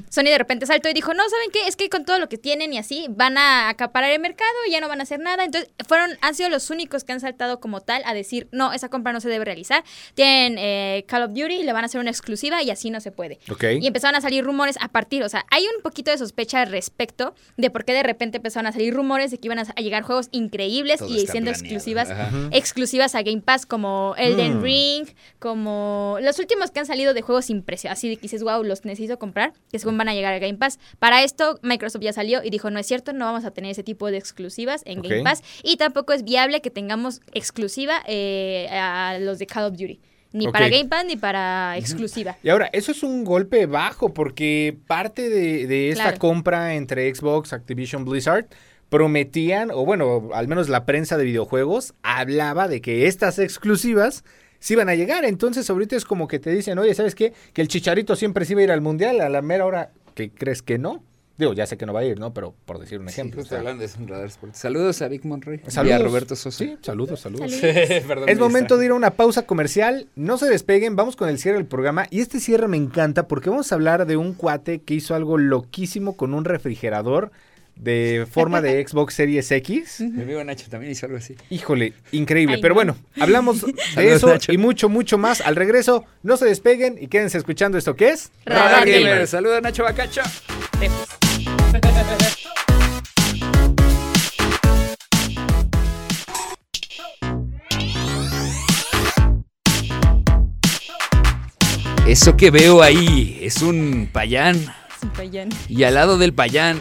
D: Sony de repente saltó y dijo, no, ¿saben qué? Es que con todo lo que tienen y así, van a acaparar el mercado y ya no van a hacer nada. Entonces, fueron, han sido los únicos que han saltado como tal a decir, no, esa compra no se debe realizar. Tienen eh, Call of Duty, le van a hacer una exclusiva y así no se puede.
C: Ok.
D: Y empezaron a salir rumores a partir, o sea, hay un poquito de sospecha al respecto de por qué de repente empezaron a salir rumores de que iban a, a llegar juegos increíbles
B: Todo
D: y
B: está
D: siendo
B: planeado.
D: exclusivas
B: Ajá.
D: exclusivas a Game Pass como Elden
C: Mm.
D: Ring, como los últimos que han salido de juegos sin precio, así de que dices, wow, los necesito comprar, que según van a llegar a Game Pass. Para esto, Microsoft ya salió y dijo, no es cierto, no vamos a tener ese tipo de exclusivas en
C: Ok.
D: Game Pass. Y tampoco es viable que tengamos exclusiva eh, a los de Call of Duty. Ni
C: Ok.
D: para Game Pass ni para exclusiva.
C: Y ahora, eso es un golpe bajo porque parte de, de esta
D: Claro.
C: compra entre Xbox, Activision, Blizzard, prometían, o bueno, al menos la prensa de videojuegos hablaba de que estas exclusivas sí iban a llegar. Entonces ahorita es como que te dicen, oye, ¿sabes qué? Que el chicharito siempre sí va a ir al mundial a la mera hora que crees que no. Digo, ya sé que no va a ir, ¿no? Pero por decir un ejemplo. o sea.
B: de Radar Sports. Saludos a Vic Monroy y
C: Saludos.
B: a Roberto Sosa.
C: Sí, saludos, saludos.
D: Saludos.
B: Perdón,
C: Es
B: me
C: momento
B: distraje.
C: de ir a una pausa comercial. No se despeguen, vamos con el cierre del programa. Y este cierre me encanta porque vamos a hablar de un cuate que hizo algo loquísimo con un refrigerador de forma de Xbox Series X.
B: Mi amigo Nacho también hizo algo así.
C: Híjole, increíble.
D: Ay,
C: Pero
D: no.
C: bueno, hablamos de
B: Saludos,
C: eso
B: Nacho.
C: y mucho, mucho más. Al regreso, no se despeguen y quédense escuchando esto que es.
D: Radar Gamer.
B: Saludos a Nacho Bacacho. Eso que veo ahí es un payán.
D: Súper bien.
B: Y al lado del payán.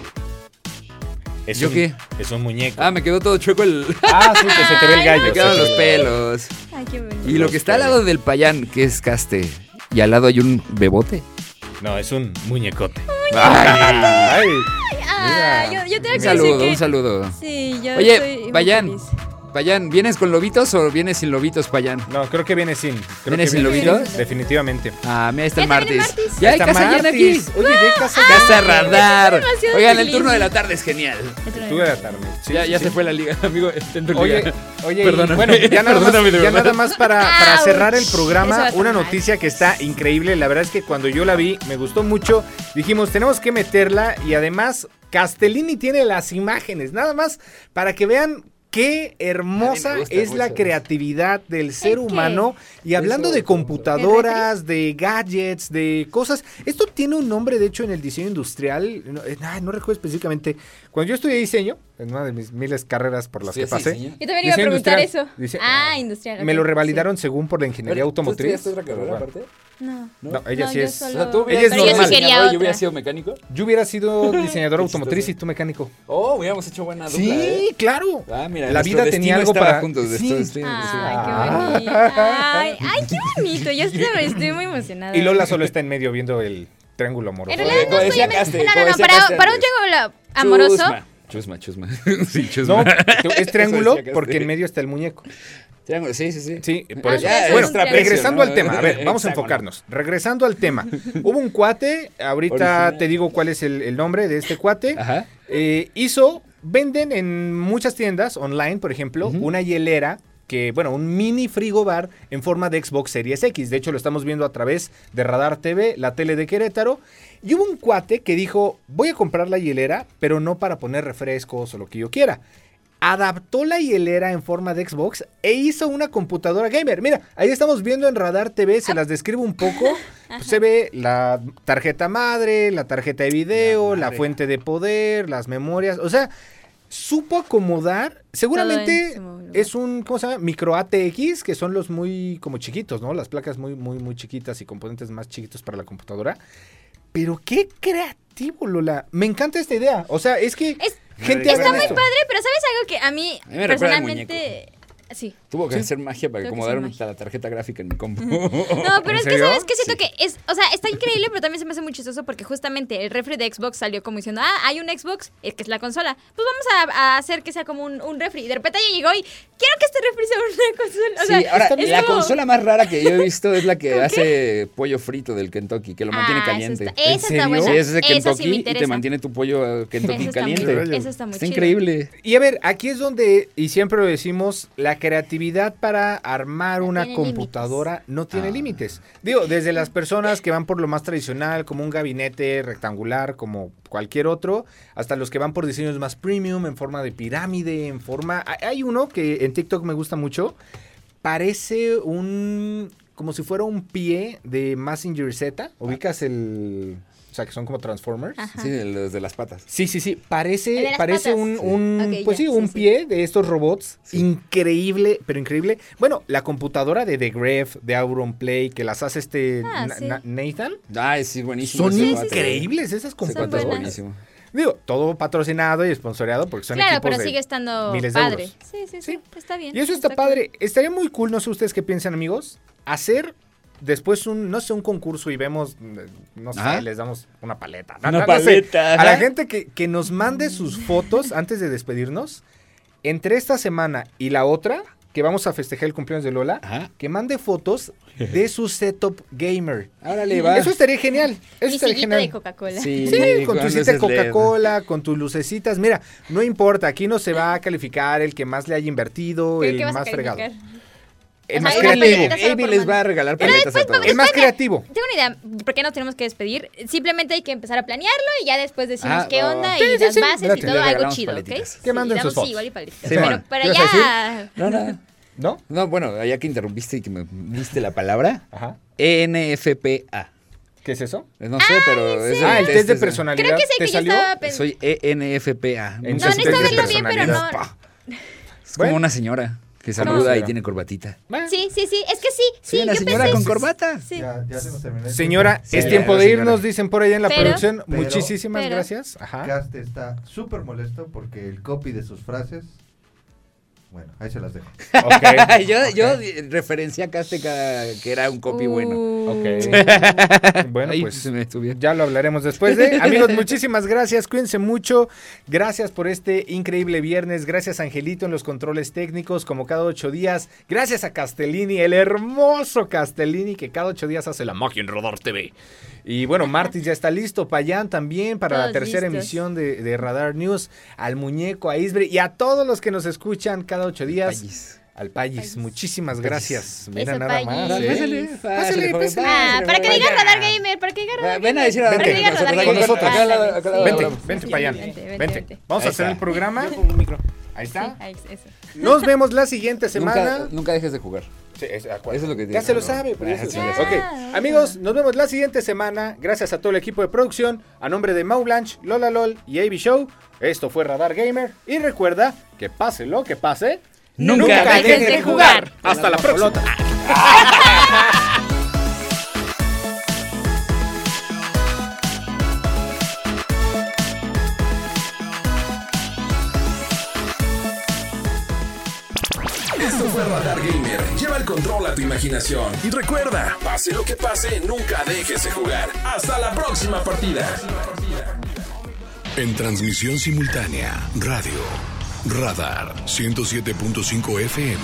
C: Es
B: ¿Yo
C: un-
B: qué?
C: Es un muñeco.
B: Ah, me quedó todo chueco el.
C: Ah, sí, que se te ve el gallo.
B: me
C: se
B: quedaron
C: te
B: los
C: ve el gallo.
B: pelos.
D: Ay, qué bonito.
B: Y lo que está al lado del payán, que es caste. Y al lado hay un bebote.
E: No, es un muñecote.
C: Ay,
D: Ah,
C: Mira.
D: yo, yo tengo
B: Un
D: que decir
B: saludo,
D: que...
B: un saludo.
D: Sí, yo
B: Oye,
D: estoy muy
B: Payán.
D: feliz.
B: Payán, ¿vienes con lobitos o vienes sin lobitos, Payán?
C: no, creo que viene sin. Creo
B: ¿Viene
C: que
B: sin
C: viene sin,
B: lobitos?
C: Definitivamente.
B: Ah, mira, ahí está el
D: Ya también
B: martes.
D: el martes.
B: Ya hay casa llena aquí. Ah.
C: Oye, ya hay casa
B: Casa radar.
D: demasiado
B: Oigan, el
D: feliz.
B: turno de la tarde es genial.
C: Estuve
B: eh,
C: de la tarde. Sí,
B: ya
C: sí,
B: ya
C: sí.
B: se fue la liga, amigo. Intento que
C: Oye,
B: gane.
C: oye, y
B: Perdóname.
C: bueno, ya nada más,
B: Perdóname, de
C: ya
B: verdad.
C: nada más para, para
D: Ouch.
C: cerrar el
D: Eso va
C: programa,
D: a
C: una
D: estar mal.
C: noticia que está increíble. La verdad es que cuando yo la vi, me gustó mucho. Dijimos, tenemos que meterla y además Castellini tiene las imágenes, nada más para que vean qué hermosa
B: me gusta
C: es la
B: mucho.
C: creatividad del ser
D: qué?
C: humano. Y hablando
B: Eso,
C: de
B: eso.
C: computadoras, de gadgets, de cosas, esto tiene un nombre, de hecho, en el diseño industrial. No, eh, ay, no recuerdo específicamente. Cuando yo estudié diseño, en una de mis miles carreras por las
B: Sí,
C: que
B: sí,
C: pasé.
B: señor.
D: Yo también iba a
C: Diseño
D: preguntar
C: industrial.
D: eso.
C: Dice-
D: ah, industrial.
C: Me
D: ok,
C: lo
D: sí.
C: revalidaron según por la ingeniería
B: ¿Tú
C: automotriz.
B: estudiaste otra carrera
C: Bueno,
B: aparte?
D: No.
C: No, ella
D: No,
C: sí
D: yo
C: es.
B: O
D: solo-
B: sea, tú
C: Ella
B: hubieras
C: es
B: sido
C: normal. Pero yo sí
D: quería
B: diseñador,
D: otra.
B: yo hubiera sido mecánico.
C: Yo hubiera sido diseñador
B: Qué
C: automotriz
B: chistoso.
C: y tú mecánico.
B: Oh, hubiéramos hecho buena dupla, ¿eh?
C: Sí, claro.
B: Ah, mira,
C: la vida tenía algo para
B: juntos.
C: Sí. Ah.
B: esto- esto- Ah.
D: Ay, qué bonito. Ay, ay, qué bonito. Yo estoy, estoy muy emocionada.
C: Y Lola solo está en medio viendo el triángulo amoroso.
D: En realidad no
B: Como
D: estoy
B: decía
D: emocionada.
B: Caste,
D: No,
B: como
D: no, no.
B: decía
D: Para,
B: Caste
D: para un
B: antes.
D: triángulo amoroso.
B: Chusma, chusma. sí,
C: No,
B: chusma.
C: te- es triángulo
B: Eso decía
C: porque
B: Caste.
C: en medio está el muñeco.
B: Triángulo, Sí, sí, sí.
C: Sí, por
D: Ah,
C: eso.
D: ya, es
C: bueno,
D: un triángulo.
C: regresando al
B: ¿no?
C: tema, a ver, vamos a
B: Hexágono.
C: enfocarnos. Regresando al tema. Hubo un cuate, ahorita
B: Original.
C: te digo cuál es el, el nombre de este cuate.
B: Ajá.
C: Eh, hizo, venden en muchas tiendas online, por ejemplo, una hielera que, bueno, un mini frigobar en forma de Xbox Series X. De hecho, lo estamos viendo a través de Radar TV, la tele de Querétaro. Y hubo un cuate que dijo, voy a comprar la hielera, pero no para poner refrescos o lo que yo quiera. Adaptó la hielera en forma de Xbox e hizo una computadora gamer. Mira, ahí estamos viendo en Radar TV, se las describo un poco. Pues se ve la tarjeta madre, la tarjeta de video, la,
B: madre.
C: fuente de poder, las memorias. O sea, supo acomodar. Seguramente
D: su lugar.
C: es un, ¿cómo se llama? Micro ATX, que son los muy como chiquitos, ¿no? Las placas muy, muy, muy chiquitas y componentes más chiquitos para la computadora. Pero qué creativo, Lola. Me encanta esta idea. O sea, es que
D: Es-
C: gente
B: está
C: haga
D: Muy
C: esto.
D: padre, pero ¿sabes algo que a mí,
B: A mí me recuerda al
D: personalmente. Sí.
B: Tuvo que hacer magia para
D: Tuvo que
B: acomodar
D: hacer magia.
B: la tarjeta gráfica en mi compu.
D: No, pero
C: ¿En
D: es que,
C: serio?
D: ¿sabes qué? Siento que es, o sea, está increíble, pero también se me hace muy chistoso porque justamente el refri de Xbox salió como diciendo, ah, hay un Xbox, es que es la consola. Pues vamos a, a hacer que sea como un, un refri. Y de repente ya llegó y quiero que este refri sea una consola. O sea,
B: sí, ahora,
D: es
B: la
D: como-
B: consola más rara que yo he visto es la que
D: ¿Con qué?
B: hace pollo frito del Kentucky, que lo mantiene
D: Ah,
B: caliente.
D: Esa está, esa está
C: serio?
D: buena.
B: Sí, ese es de
D: Esa
B: Kentucky
D: sí me
B: y
D: interesa.
B: te mantiene tu pollo eh, Kentucky
D: Eso está muy-
B: caliente.
D: eso está muy
B: Está
D: chido.
B: increíble.
C: Y a ver, aquí es donde, y siempre lo decimos, la creatividad para armar
D: No
C: una
D: tiene
C: computadora no tiene
B: Ah.
C: límites. Digo, desde las personas que van por lo más tradicional, como un gabinete rectangular, como cualquier otro, hasta los que van por diseños más premium, en forma de pirámide, en forma... hay- Hay uno que en TikTok me gusta mucho, parece un como si fuera un pie de Massinger Z. Ubicas el. O sea, que son como Transformers.
B: Sí, los de las patas.
C: Sí, sí, sí.
D: El de
C: Parece,
D: las
C: parece
D: patas.
C: un,
D: Sí.
C: un-
D: Ok,
C: pues
D: ya,
C: sí,
D: sí,
C: un
D: sí.
C: pie de estos robots. Increíble, pero increíble. Bueno, la computadora de The Gref, de Auron Play, que las hace este
D: Ah,
C: Na-
D: sí.
C: Na- Nathan.
B: Ay, sí, buenísimo.
C: Son
B: ese cuate.
C: increíbles esas
B: Ese cuate es
D: buenas.
C: computadoras.
B: buenísimo.
C: Digo, todo patrocinado y esponsoreado porque son
D: Claro,
C: equipos
D: pero
C: de
D: sigue estando
C: miles de
D: padre.
C: euros.
D: Sí, sí, sí,
C: Sí.
D: Está bien.
C: Y eso está,
D: cool.
C: padre. Estaría muy cool, no sé ustedes qué piensan, amigos, hacer después un, no sé, un concurso y vemos, mm, no sé,
B: Ajá.
C: les damos una paleta.
B: Una
C: No, no, no sé.
B: paleta,
C: A la
B: ajá.
C: gente que, que nos mande sus fotos antes de despedirnos, entre esta semana y la otra, que vamos a festejar el cumpleaños de Lola,
B: Ajá.
C: que mande fotos de su setup gamer.
B: Órale, va.
C: Eso estaría genial.
D: Mi
C: Eso estaría
D: sillita
C: genial.
D: de Coca-Cola.
C: Sí, con tu
B: luces
C: cita de
B: LED.
C: Coca-Cola, con tus lucecitas. Mira, no importa, aquí no se va a calificar el que más le haya invertido,
D: ¿Qué-
C: el
D: qué vas a
C: más fregado.
D: calificar?
C: El
D: O
C: más
D: sea,
B: Amy
D: una
B: les-
C: creativo.
D: peleita solo
B: Amy
D: por
B: les
D: mano.
B: va a regalar
D: Pero
B: paletas a
D: después
B: todos.
D: vamos-
C: El más
D: Espera.
C: creativo.
D: Pues Tengo una idea, ¿por qué no tenemos que despedir? Simplemente hay que empezar a planearlo y ya después decimos
B: Ah,
D: qué
B: va, va,
D: onda
B: va.
D: y
C: Sí, sí,
D: las
C: sí,
D: bases
C: gracias.
D: y
B: Le
D: todo algo
B: regalamos
D: chido, ¿ok?
B: paletitas.
C: Que manden
D: y
C: sus
D: damos
C: fotos.
D: igual y paletitas.
C: Simón,
D: Pero, pero
C: ¿qué ibas a
D: ya...
B: No, no.
C: ¿No?
B: No, bueno, ya que interrumpiste y que me diste la palabra.
C: Ajá.
B: E ENFPA.
C: ¿qué es eso?
B: Pues No sé, pero es
C: Ah, el test de
B: personalidad.
C: personalidad.
D: Creo que sé
C: ¿Te
D: que yo
C: salió?
D: estaba pensando...
B: Soy E ENFPA.
C: En
D: No,
B: Muchas
C: Entonces,
D: necesito
B: gracias.
C: test de
D: verlo bien, pero no...
B: personalidad. Es
C: Bueno.
B: como una señora que saluda y
C: señora?
B: tiene corbatita.
C: Bueno,
D: Sí, sí, sí, es que sí, sí,
B: Sí, una
D: yo
B: señora
D: pensé-
B: con corbata.
D: Sí.
F: Ya, ya se nos terminó. el
C: Señora,
B: Sí,
C: es
B: ya,
C: tiempo de
B: señora.
C: irnos, dicen por allá en la
D: Pero-
C: producción.
F: Pero-
C: Muchísimas
D: pero-
C: gracias. Ajá.
F: Cast está súper molesto porque el copy de sus frases. Bueno, ahí se las dejo.
C: Ok.
B: yo yo eh, referencié a Casteca que era un
D: Uh.
B: copy bueno.
C: Ok. Bueno,
B: Ay,
C: pues
B: se me subió.
C: Uh. ya lo hablaremos después de. Amigos, muchísimas gracias. Cuídense mucho. Gracias por este increíble viernes. Gracias, Angelito, en los controles técnicos, como cada ocho días. Gracias a Castellini, el hermoso Castellini, que cada ocho días hace la magia en Radar TV. Y bueno, Martis ya está listo. Payán también para la
D: Todos
C: tercera
D: listos.
C: emisión de, de Radar News. Al muñeco, a Isbre y a todos los que nos escuchan cada ocho días.
B: Payis.
C: Al Payis,
D: Payis.
C: muchísimas gracias. Mira
D: Eso,
C: nada
D: Payis.
C: más.
D: Pásale,
C: ¿eh?
B: pásale, joven,
C: pásale.
D: Ah, para que digas
C: Vaya.
D: Radar Gamer, para que digas Radar
B: Ven a decir a
D: Gamer, para que digas
C: Radar
D: Radar
C: Gamer.
D: Gamer.
C: Con nosotros.
B: Acá la-
D: Ándale,
B: acá la-
D: sí.
C: Vente,
B: Vamos.
C: vente para allá. Vente, Vamos
B: Ahí
C: a hacer
B: está.
C: el programa. Ahí está.
D: Ahí, eso.
C: Nos vemos la siguiente
B: Nunca,
C: semana.
B: nunca dejes de jugar.
C: Sí, es-
B: Eso es lo que
C: ya
B: digo,
C: se lo
B: ¿no?
C: sabe. pero ya
B: Ah,
C: se
B: sí,
C: lo
B: ya
C: sabe.
D: sé.
C: Ok,
D: Ah,
C: amigos, nos vemos la siguiente semana. Gracias a todo el equipo de producción. A nombre de Mau Blanche, Lola LOL y AB Show, esto fue Radar Gamer. Y recuerda que pase lo que pase,
B: Nunca dejes
C: dejes
D: de jugar.
C: Hasta la próxima.
G: Esto fue Radar Gamer. Lleva el control a tu imaginación. Y recuerda, pase lo que pase, nunca dejes de jugar. Hasta la próxima partida.
H: En transmisión simultánea, radio, radar 107.5 FM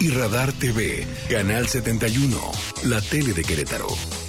H: y radar TV, canal 71, la tele de Querétaro.